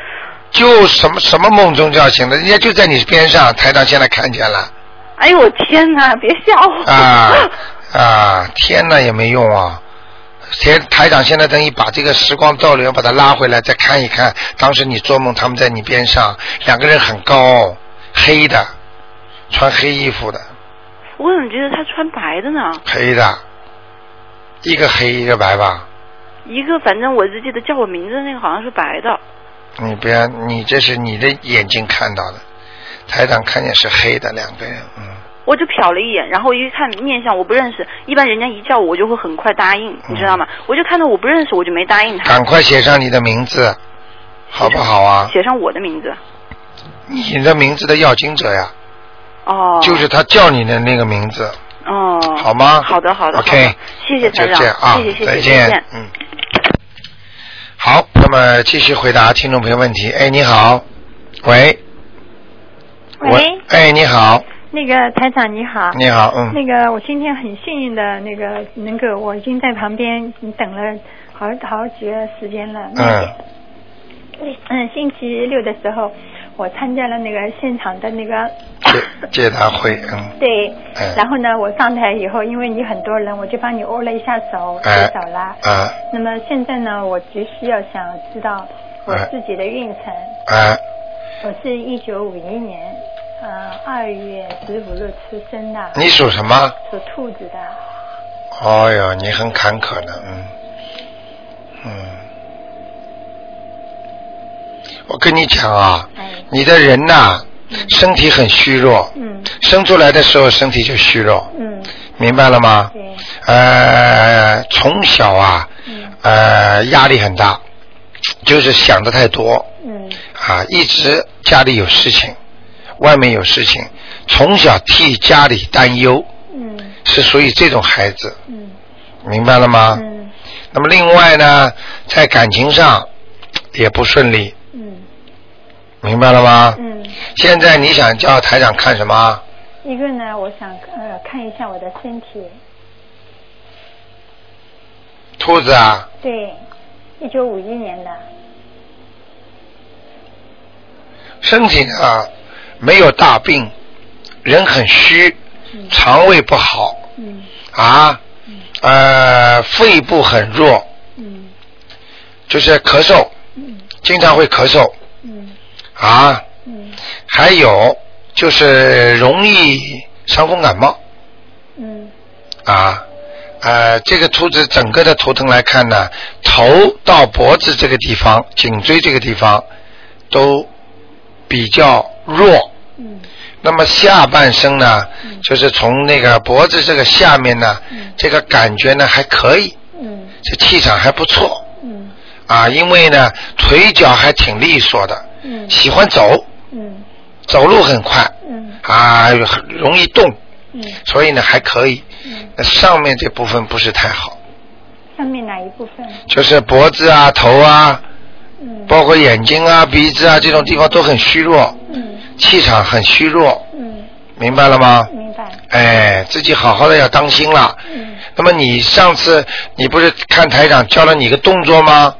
就什么什么梦中叫醒了，人家就在你边上，台长现在看见了，哎呦我天哪， [LAUGHS] 别吓我！啊 [LAUGHS] 啊，天呐也没用啊。台台长现在等于把这个时光倒流，把它拉回来，再看一看，当时你做梦，他们在你边上，两个人很高，黑的，穿黑衣服的，我怎么觉得他穿白的呢？黑的，一个黑一个白吧，一个反正我只记得叫我名字的那个好像是白的，你不要，你这是你的眼睛看到的，台长看见是黑的，两个人，嗯，我就瞟了一眼，然后一看面相我不认识，一般人家一叫我，我就会很快答应，你知道吗？嗯我就看到我不认识，我就没答应他，赶快写上你的名字，好不好啊？写上我的名字。你的名字的要经者呀，哦，就是他叫你的那个名字，哦，好吗？好的，好的 OK，好的谢谢台就长，这样啊，谢谢，谢谢，再再见见，嗯。好，那么继续回答听众朋友问题。哎，你好，喂，喂喂，哎，你好，那个台长你啊好，你好，嗯，那个我今天很幸运的那个能够我已经在旁边等了好好几个时间了。那嗯，嗯星期六的时候我参加了那个现场的那个解解答会，嗯， [COUGHS] 对，哎然后呢我上台以后，因为你很多人，我就帮你握了一下手，举哎手啦。啊那么现在呢，我只需要想知道我哎自己的运程。啊，我是一九五一年，呃，二月十五日出生的，你属什么？属兔子的。哦哟，你很坎坷的，嗯，嗯，我跟你讲啊，哎，你的人呐、身体很虚弱，嗯生出来的时候身体就虚弱，嗯，明白了吗？对，呃，从小啊，嗯呃，压力很大，就是想的太多嗯啊，一直家里有事情，外面有事情，从小替家里担忧，嗯是属于这种孩子，嗯明白了吗？嗯那么另外呢，在感情上也不顺利，嗯明白了吗？嗯，现在你想叫台长看什么？一个呢，我想呃看一下我的身体，兔子啊，对，一九五一年的，身体呢没有大病，人很虚，嗯肠胃不好嗯啊，呃，肺部很弱，嗯就是咳嗽，嗯经常会咳嗽嗯啊，嗯还有就是容易伤风感冒嗯啊。呃，这个兔子整个的图腾来看呢，头到脖子这个地方、颈椎这个地方都比较弱，嗯那么下半身呢，就是从那个脖子这个下面呢，嗯这个感觉呢还可以，嗯这气场还不错嗯啊，因为呢腿脚还挺利索的，嗯喜欢走，嗯走路很快嗯啊，很容易动，嗯所以呢还可以。嗯，那上面这部分不是太好，上面哪一部分？就是脖子啊、头啊，嗯包括眼睛啊、鼻子啊这种地方都很虚弱，嗯气场很虚弱，嗯，明白了吗？明白。哎，自己好好的要当心了。嗯那么你上次你不是看台长教了你个动作吗？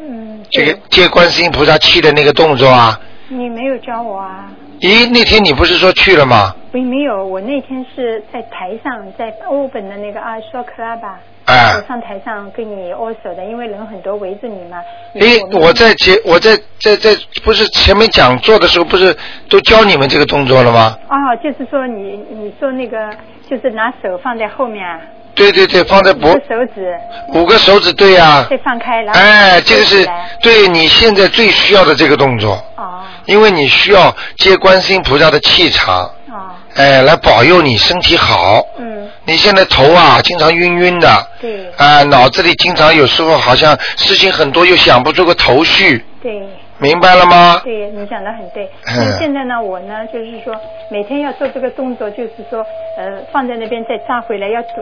嗯，这个对借观世音菩萨气的那个动作啊？你没有教我啊？咦，那天你不是说去了吗？没没有，我那天是在台上，在欧本的那个阿说克拉吧，哎我上台上跟你握手的，因为人很多围着你嘛。诶，们我在节我在在在不是前面讲座的时候不是都教你们这个动作了吗？哦，就是说你你说那个就是拿手放在后面啊，对对对，放在五脖个手指五个手指对呀、再放开，然后哎，这个收起是来对你现在最需要的这个动作，哦因为你需要接观世音菩萨的气场，哦哎，来保佑你身体好。嗯你现在头啊经常晕晕的，对啊，脑子里经常有时候好像事情很多，又想不出个头绪，对。明白了吗？对你讲的很 [LAUGHS] 对。嗯那现在呢，我呢就是说每天要做这个动作，就是说呃放在那边再炸回来，要多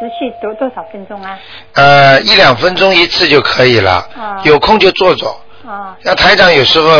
持续多多少分钟啊？呃，一两分钟一次就可以了，啊有空就做做。啊像台长有时候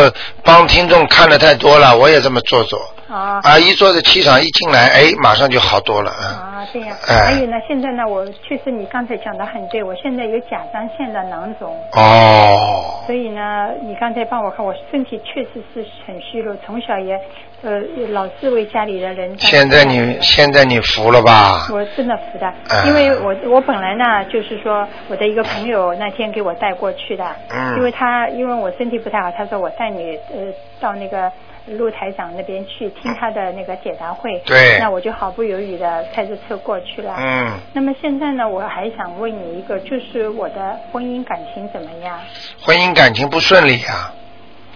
帮听众看的太多了，我也这么做做，啊啊，一做的气场一进来，哎，马上就好多了，啊。啊，这样。哎还有呢，现在呢，我确实你刚才讲的很对，我现在有甲状腺的囊肿。哦，所以呢，你刚才帮我看，我身体确实是很虚弱，从小也，呃，老是为家里的人。啊现在你现在你服了吧？我真的服的啊，因为我我本来呢，就是说我的一个朋友那天给我带过去的，嗯因为他因为我身体不太好，他说我带你呃到那个陆台长那边去听他的那个解答会，对那我就毫不犹豫的开始吃就过去了。嗯，那么现在呢，我还想问你一个，就是我的婚姻感情怎么样？婚姻感情不顺利啊，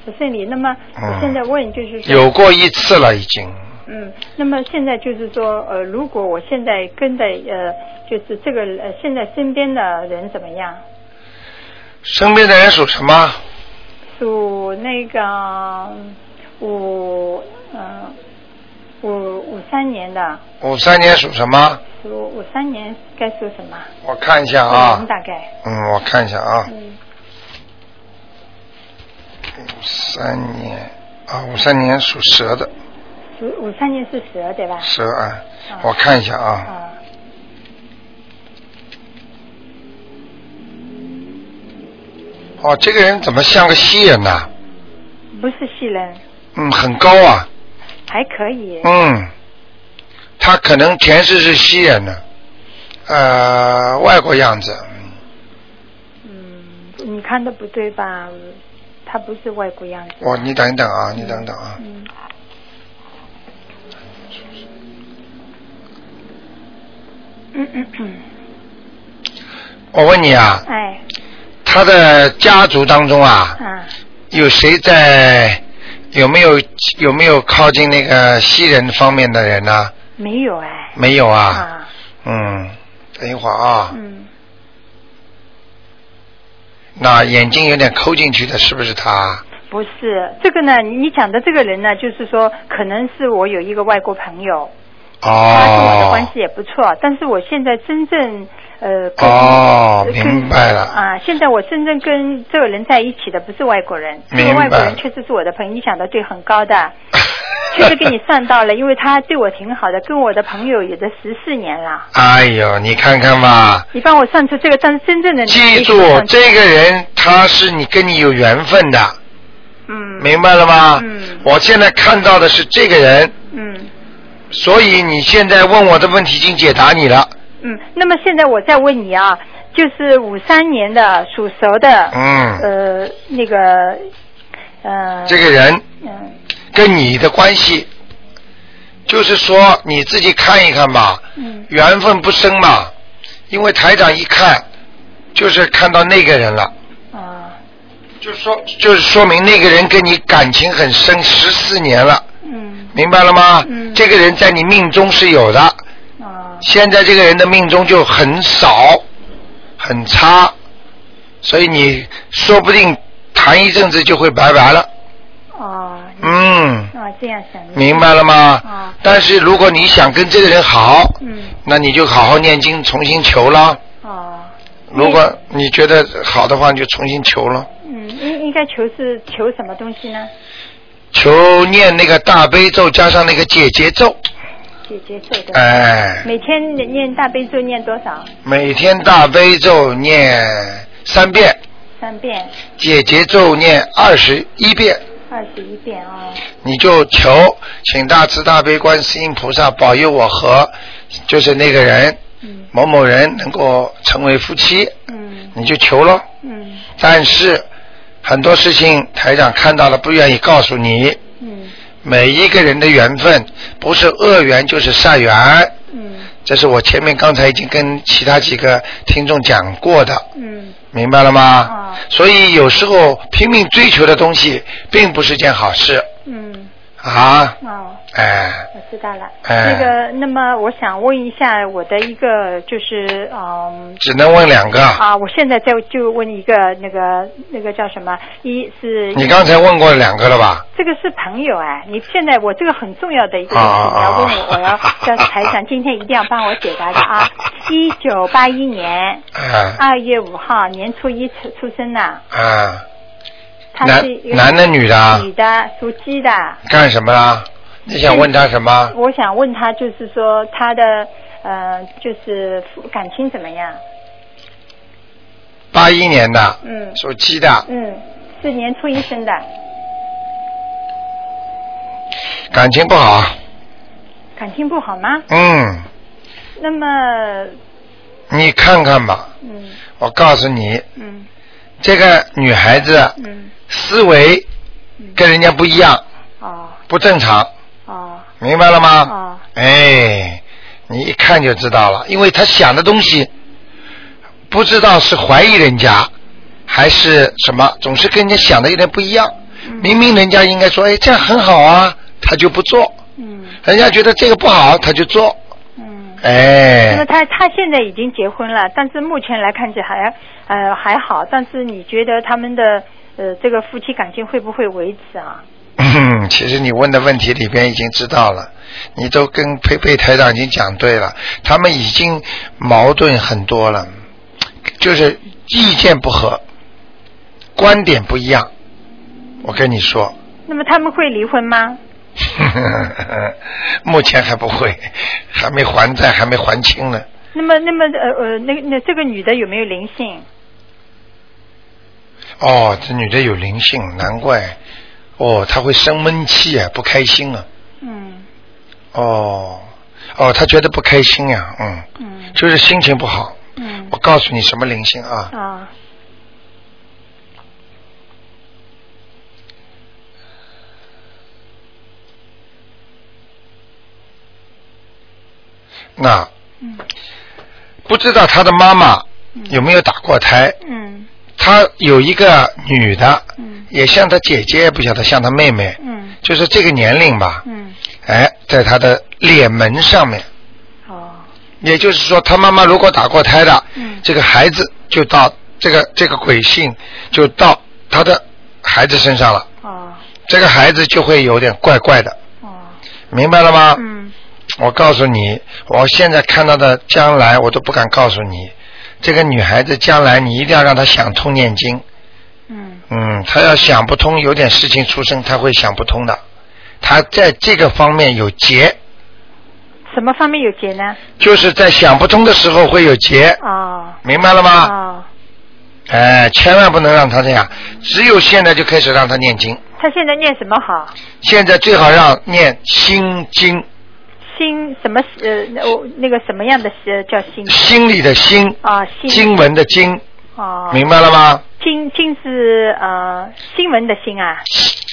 不顺利。那么我现在问就是嗯说，有过一次了已经。嗯，那么现在就是说，呃，如果我现在跟着呃，就是这个呃，现在身边的人怎么样？身边的人属什么？属那个呃五嗯五五三年的，五三年属什么？属五三年该属什么？我看一下属啊龙，大概。嗯，我看一下啊，嗯，五三年啊，五三年属蛇的属五三年是蛇对吧？蛇啊啊，我看一下啊，啊，哦，这个人怎么像个西人呐、不是西人，嗯，很高啊，还可以。嗯，他可能前世是西人呢，呃，外国样子，嗯嗯，你看的不对吧？他不是外国样子。我你等一等啊，你等等啊，嗯，嗯嗯嗯，我问你啊，哎，他的家族当中啊，啊，有谁在？有没有有没有靠近那个西人方面的人呢、啊没有哎。没有啊。啊，嗯，等一会儿啊，嗯，那眼睛有点抠进去的，是不是他？不是这个呢，你讲的这个人呢，就是说，可能是我有一个外国朋友，他跟我的关哦系，也不错，但是我现在真正呃跟哦跟明白了啊，现在我真正跟这个人在一起的不是外国人，这个明白外国人确实是我的朋友，你讲的对，很高的，确实给你算到了，因为他对我挺好的，跟我的朋友也得十四年了。 [LAUGHS] 哎呦，你看看吧，你帮我算出这个，但是真正的记住这个人他是你跟你有缘分的，嗯明白了吗？嗯我现在看到的是这个人，嗯所以你现在问我的问题已经解答你了。嗯。那么现在我再问你啊，就是五三年的属蛇的，嗯，呃，那个呃，这个人嗯跟你的关系，就是说你自己看一看吧，嗯缘分不深嘛，因为台长一看就是看到那个人了，啊就说就是说明那个人跟你感情很深，十四年了，嗯明白了吗？嗯这个人在你命中是有的，啊现在这个人的命中就很少，很差，所以你说不定谈一阵子就会拜拜了，啊嗯。啊，这样想的明白了吗？啊但是如果你想跟这个人好，嗯那你就好好念经，重新求了。啊。如果你觉得好的话，你就重新求了。嗯，应应该求是求什么东西呢？求念那个大悲咒加上那个解结咒，姐姐咒的。哎，每天念大悲咒念多少？每天大悲咒念三遍，三遍，解结咒念二十一遍，二十一遍啊、你就求，请大慈大悲观世音菩萨保佑我和就是那个人嗯某某人能够成为夫妻，嗯你就求咯。嗯但是很多事情台长看到了，不愿意告诉你。嗯每一个人的缘分不是恶缘就是善缘，嗯这是我前面刚才已经跟其他几个听众讲过的，嗯明白了吗哦？所以有时候拼命追求的东西，并不是件好事嗯，啊！哦，哎，我知道了。哎那个，那么我想问一下我的一个就是嗯。只能问两个，啊，我现在在就问一个那个那个叫什么？一是你刚才问过两个了吧？这个是朋友哎，你现在我这个很重要的一个问题，啊你要问啊。我，我要叫台长今天一定要帮我解答的啊一九八一年哎二月五号年初一出出生的，啊，他男是一个男的女的啊？女的，属鸡的。干什么啦？你想问他什么？我想问他，就是说他的呃，就是夫感情怎么样？八一年的，嗯属鸡的，嗯，是年初一生的，感情不好，啊感情不好吗？嗯，那么，你看看吧，嗯我告诉你，嗯这个女孩子嗯，思维跟人家不一样，哦不正常，哦明白了吗？哦哎，你一看就知道了，因为他想的东西，不知道是怀疑人家，还是什么，总是跟人家想的有点不一样。明明人家应该说，哎，这样很好啊，他就不做；嗯人家觉得这个不好，他就做。嗯。那么哎，他他现在已经结婚了，但是目前来看起还呃还好，但是你觉得他们的呃这个夫妻感情会不会维持啊？嗯其实你问的问题里边已经知道了，你都跟佩佩台长已经讲对了，他们已经矛盾很多了，就是意见不合，观点不一样。我跟你说， [LAUGHS] 那么他们会离婚吗？目前还不会，还没还债，还没还清呢。那么那么呃呃那那这个女的有没有灵性？哦，这女的有灵性，难怪。哦，她会生闷气啊，不开心啊。嗯哦，哦，她觉得不开心呀、嗯，嗯就是心情不好。嗯我告诉你什么灵性啊？啊那嗯不知道她的妈妈有没有打过胎？嗯她有一个女的，嗯也像她姐姐，不晓得像她妹妹，嗯就是这个年龄吧。嗯哎，在她的脸门上面。哦也就是说，他妈妈如果打过胎的，嗯这个孩子就到这个这个鬼性就到他的孩子身上了，哦这个孩子就会有点怪怪的，哦明白了吗？嗯我告诉你，我现在看到的将来我都不敢告诉你，这个女孩子将来你一定要让她想通念经，嗯嗯，她要想不通，有点事情出生，她会想不通的，她在这个方面有结，什么方面有结呢？就是在想不通的时候会有结，哦明白了吗？哦，哎，千万不能让他这样，只有现在就开始让他念经。他现在念什么好？现在最好让念心经，心什么呃那我那个什么样的呃叫心？心里的心，啊心经文的经，哦，明白了吗？经经是呃新闻的新啊，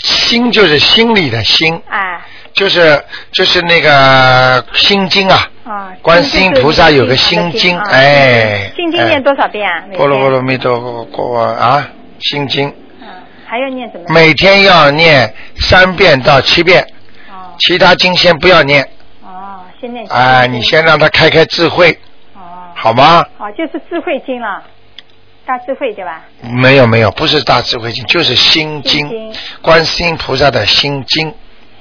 心就是心里的心，啊就是就是那个心经啊，啊。观世音菩萨有个心心经啊哎心经念多少遍啊？每波罗波天罗蜜多过啊，心经嗯，还要念什么？每天要念三遍到七遍，哦其他经先不要念。哦，先念。哎，你。先让他开开智慧，哦。好吗？哦，就是智慧经了，大智慧对吧？没有没有，不是大智慧经，就是心心经，经观世音菩萨的心经，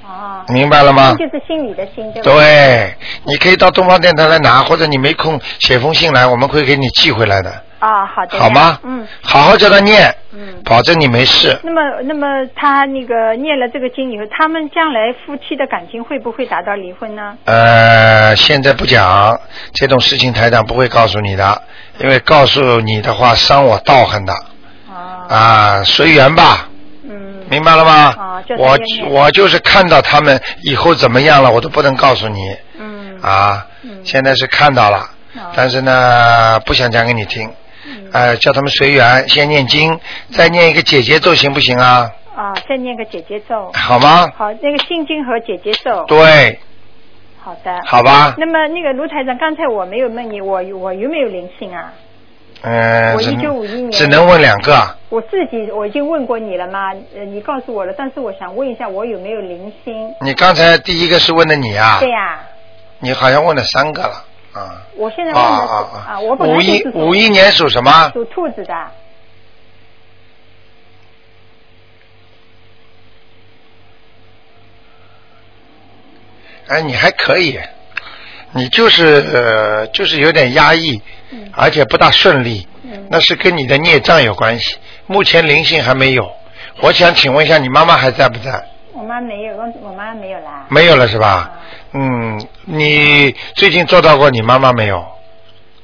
哦。明白了吗心？就是心里的心对吧？。对，你可以到东方电台来拿，或者你没空写封信来，我们会给你寄回来的，哦，好的呀。好吗？嗯好好教他念，嗯。保证你没事。那么，那么他那个念了这个经以后，他们将来夫妻的感情会不会达到离婚呢？呃，现在不讲这种事情，台长不会告诉你的，因为告诉你的话伤我道行的哦，啊，随缘吧，嗯，明白了吗？哦就是我随缘我就是看到他们以后怎么样了，我都不能告诉你。嗯，啊，嗯现在是看到了，哦但是呢，不想讲给你听，嗯呃，叫他们随缘，先念经，再念一个姐姐咒，行不行啊？啊，再念个姐姐咒，好吗？好，那个心经和姐姐咒，对，好的。好吧，那么那个卢台长，刚才我没有问你，我我有没有灵性啊？嗯、我只1951能年只能问两个，我自己我已经问过你了嘛，呃，你告诉我了，但是我想问一下，我有没有灵性？你刚才第一个是问的你啊，对呀、你好像问了三个了，啊，我现在啊问的是啊啊，我本来五一就是五一年属什么？属兔子的，哎，你还可以，你就是呃，就是有点压抑，嗯而且不大顺利，嗯那是跟你的孽障有关系。目前灵性还没有，我想请问一下，你妈妈还在不在？我妈没有，我我妈没有啦。没有了是吧啊？嗯，你最近做到过你妈妈没有？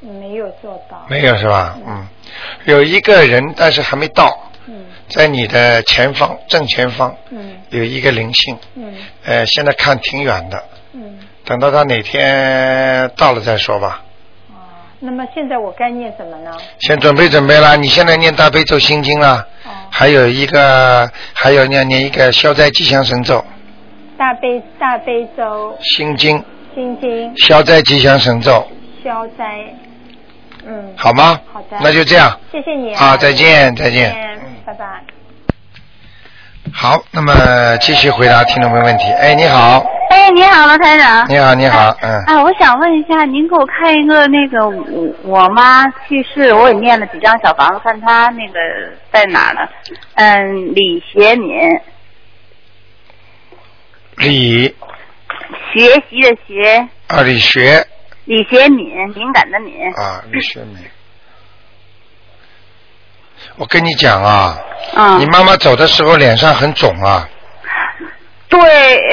没有做到。没有是吧？嗯，有一个人，但是还没到，嗯在你的前方正前方嗯有一个灵性，嗯呃，现在看挺远的，嗯。等到他哪天到了再说吧。哦，那么现在我该念什么呢？先准备准备啦，你现在念大悲咒心经啦，哦，还有一个还有要念一个消灾吉祥神咒大悲大悲咒心经，心经消灾吉祥神咒，消灾，嗯，好吗？好的那就这样谢谢你啊，再见，再见。拜拜。好，那么继续回答听众朋友问题。哎，你好，哎，你好，罗台长。你好，你好，嗯，哎，我想问一下，您给我看一个那个我我妈去世，我也念了几张小房子，看她那个在哪儿呢？嗯，李学敏，李学习的学，啊，李学李学敏，敏感的敏。啊，李学敏。我跟你讲啊，嗯你妈妈走的时候脸上很肿啊，对，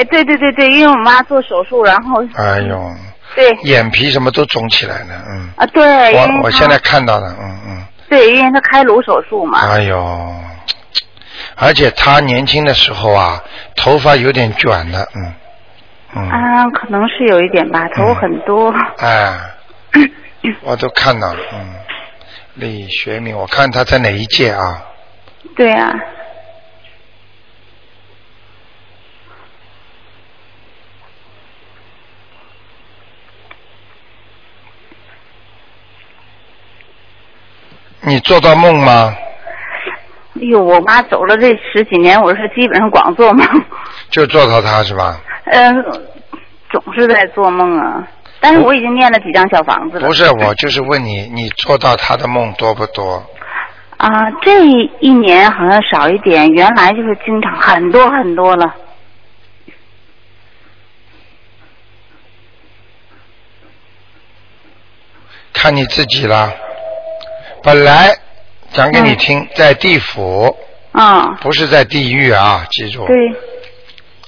对对对对，因为我妈做手术，然后哎呦，对眼皮什么都肿起来了，嗯，啊对，因为她我我现在看到了，嗯嗯，对，因为她开颅手术嘛。哎呦，而且她年轻的时候啊，头发有点卷的，嗯嗯，啊，可能是有一点吧，头很多。哎， [LAUGHS] 我都看到了，嗯，李学敏，我看他在哪一届啊？对啊，你做到梦吗？哎呦，我妈走了这十几年，我是基本上光做梦， [LAUGHS] 就做到他是吧？嗯、总是在做梦啊。但是我已经念了几张小房子了。不是，我就是问你，你做到他的梦多不多？啊，这一年好像少一点，原来就是经常很多很多了。看你自己啦。本来讲给你听，在地府，嗯，不是在地狱啊，记住。对，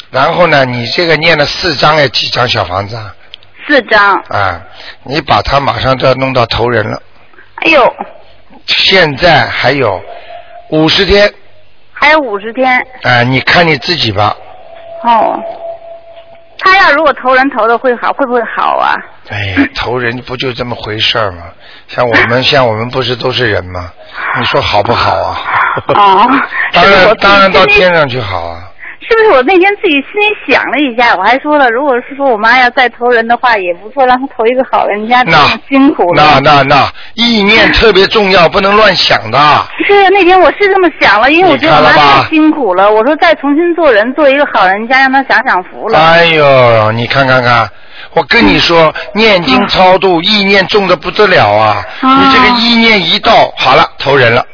然后呢，你这个念了四张哎，几张小房子啊？四张。啊，你把它马上就要弄到头人了。哎呦，现在还有五十天，还有五十天啊、你看你自己吧。哦。他要如果投人投的会好，会不会 [LAUGHS] 好啊？哎呀，投人不就这么回事儿吗？像我们，像我们不是都是人吗？你说好不好 [LAUGHS] 啊？哦当 [LAUGHS] 是我然，自己当然到心里天上去好啊。是不是我那天自己心里想了一下，我还说了，如果是说我妈要再投人的话，也不错，让她投一个好人家，这那么辛苦那了。那那，意念特别重要，不能乱想的。啊是啊那天我是这么想了，因为我觉得我你妈看了吧太辛苦了。我说再重新做人，做一个好人家，让她享享福了。哎呦，你看看看，我跟你说，嗯念经超度，意念重的不得了啊！啊你这个意念一到，好了，投人了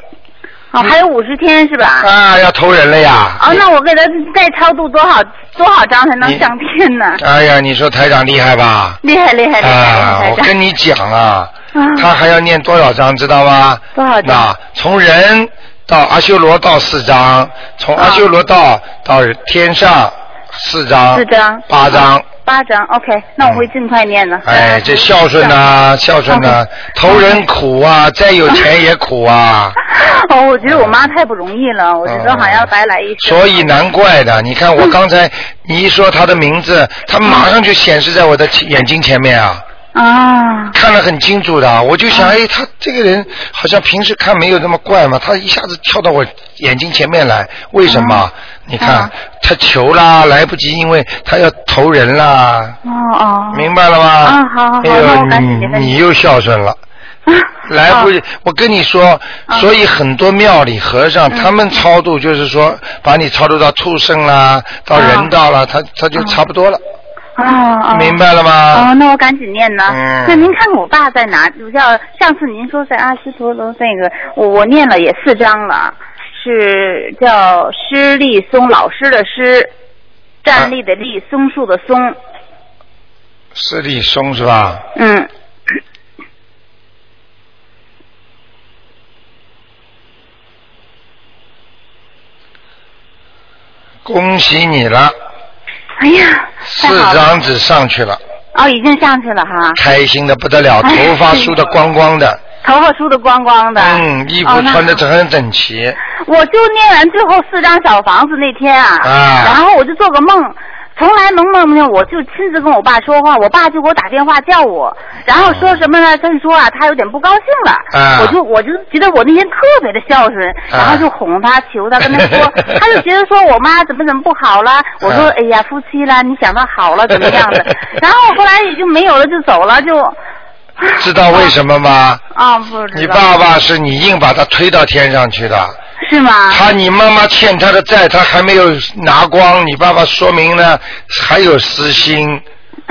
哦，还有五十天是吧？啊，要投人了呀！哦，那我给她再超度多少多少张才能你上天呢？哎呀，你说台长厉害吧？厉害厉害厉啊，害！我厉害跟你讲啊，啊他还要念多少章，知道吗？多少章那从人到阿修罗道四章，从啊阿修罗道到天上四章，四章啊八章。八张，OK，那我会尽快念的。哎，这孝顺呐、啊孝顺呐、投人苦啊，再有钱也苦 [LAUGHS] 啊， [LAUGHS] 哦，我觉得我妈太不容易了，我觉得好像白来一生。所以难怪的。你看我刚才你一说他的名字，他马上就显示在我的眼睛前面啊。啊，看得很清楚的，我就嗯想，哎，他这个人好像平时看没有那么怪嘛，他一下子跳到我眼睛前面来，为什么？你看、啊他求啦，来不及，因为他要投人啦，哦哦， [LAUGHS] 明白了吗？啊好好好哎那呦我赶紧你赶紧你又孝顺了。哦来不，我跟你说，嗯所以很多庙里和尚他们超度，就是说把你超度到畜生啦，到哦人道啦，他他就差不多了，啊啊，明。白了吗？哦，那我赶紧念呢。嗯那您看看我爸在哪？我叫上次您说在阿西陀罗那个，我我念了也四章了，是叫施立松老师的施，啊站立的立，松树的松，是李松是吧？嗯，恭喜你了。哎呀，太四好了，张纸上去了，哦，已经上去了哈，开心的不得了，哎头发梳的光光的，头发梳的光光的，嗯，衣服哦那穿的很整齐， [LAUGHS] 我就念完最后四张小房子那天啊，啊然后我就做个梦，从来能梦见我就亲自跟我爸说话，我爸就给我打电话叫我，然后说什么呢？他就说啊，他有点不高兴了，啊我就我就觉得我那天特别的孝顺，然后就哄他、求他，跟他 [LAUGHS] 说，他就觉得说我妈怎么怎么不好了，我说、啊哎呀夫妻啦，你想到好了怎么样 [LAUGHS] 的，然后后来也就没有了，就走了，就知道为什么吗？啊不知道你爸爸是你硬把他推到天上去啊的，是吗？他你妈妈欠他的债，他还没有拿光，你爸爸说明呢还有私心，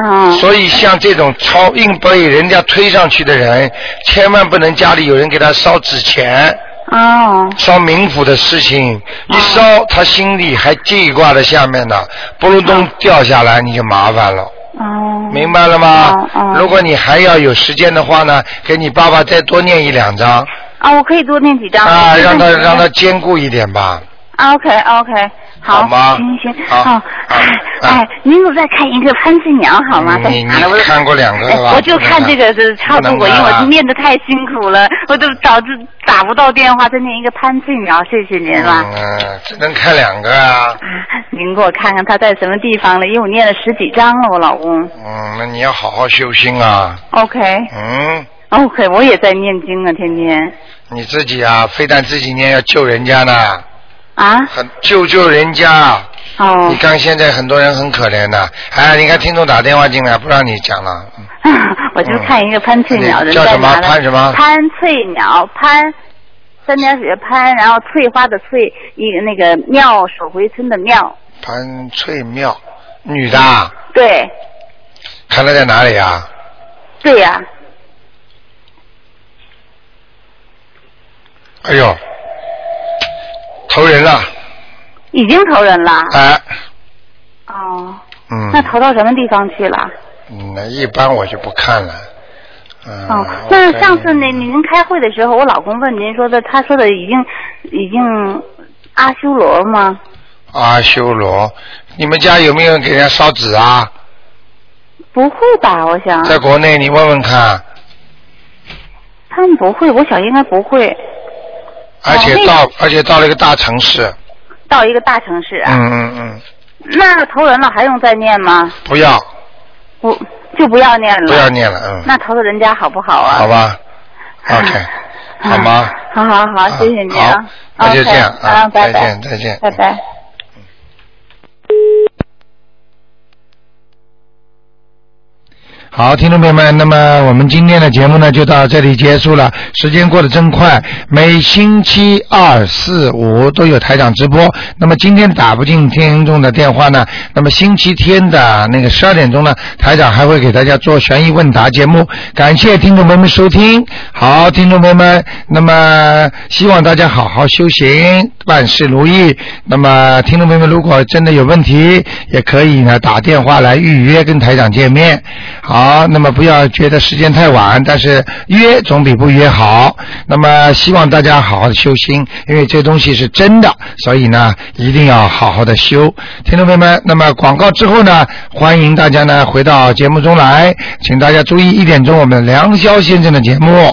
嗯，所以像这种超硬被人家推上去的人，千万不能家里有人给他烧纸钱。哦，烧冥府的事啊情，一烧他心里还记挂在下面呢，不如啊东掉下来你就麻烦了，哦，明白了吗哦？哦如果你还要有时间的话呢，给你爸爸再多念一两张啊，我可以多念几张啊，我让他现在让他兼顾一点吧。啊，OK OK，好，好吗行行，好哦啊哎啊哎，您给我再看一个潘新娘好吗？你你太烦了我看过两个了吧哎我就看这个这差不不多，能因看为啊我念的太辛苦了，我都导致打不到电话，再念一个潘新娘，谢谢您了。嗯，只能看两个啊。啊，您给我看看他在什么地方了，因为我念了十几张了，我老公。嗯，那你要好好修心啊。 OK 嗯， OK，我也在念经啊，天天你自己啊，非但自己念，要救人家呢，啊，很救救人家。哦你，看现在很多人很可怜的，哎，你看听众打电话进来，不让你讲了。嗯 [LAUGHS] 我就看一个潘翠鸟的，叫什么在哪呢潘什么潘翠鸟，潘三点水的潘，然后翠花的翠，一个那个庙手回村的庙，潘翠妙，女的啊，对看她在哪里啊？对呀、哎呦，投人了，已经投人了。哎，哦，嗯，那投到什么地方去了？嗯那一般我就不看了。嗯，哦，我那可以上次那您开会的时候，我老公问您说的，他说的已经已经阿修罗吗？啊阿修罗，你们家有没有人给人家烧纸啊？不会吧？我想在国内你问问哦看，他们不会，我想应该不会。而且那个到、而且到了一个大城市，到一个大城市啊，嗯嗯嗯，那投人了还用再念吗？不要不就不要念了。不要念了，嗯，那投到人家好不好啊？好吧，OK，好吗？ [LAUGHS] 嗯好好好，谢谢您啊好。那就这样 OK，啊啊，拜再拜见再见拜拜。好，听众朋友们，那么我们今天的节目呢就到这里结束了。时间过得真快，每星期二、四、五都有台长直播。那么今天打不进听众的电话呢，那么星期天的那个十二点钟呢，台长还会给大家做悬疑问答节目。感谢听众朋友们收听。好，听众朋友们，那么希望大家好好修行，万事如意。那么听众朋友们，如果真的有问题，也可以呢打电话来预约跟台长见面。好，那么不要觉得时间太晚，但是约总比不约好。那么希望大家好好的修心，因为这东西是真的，所以呢一定要好好的修。听众朋友们，那么广告之后呢，欢迎大家呢回到节目中来，请大家注意一点钟我们梁霄先生的节目。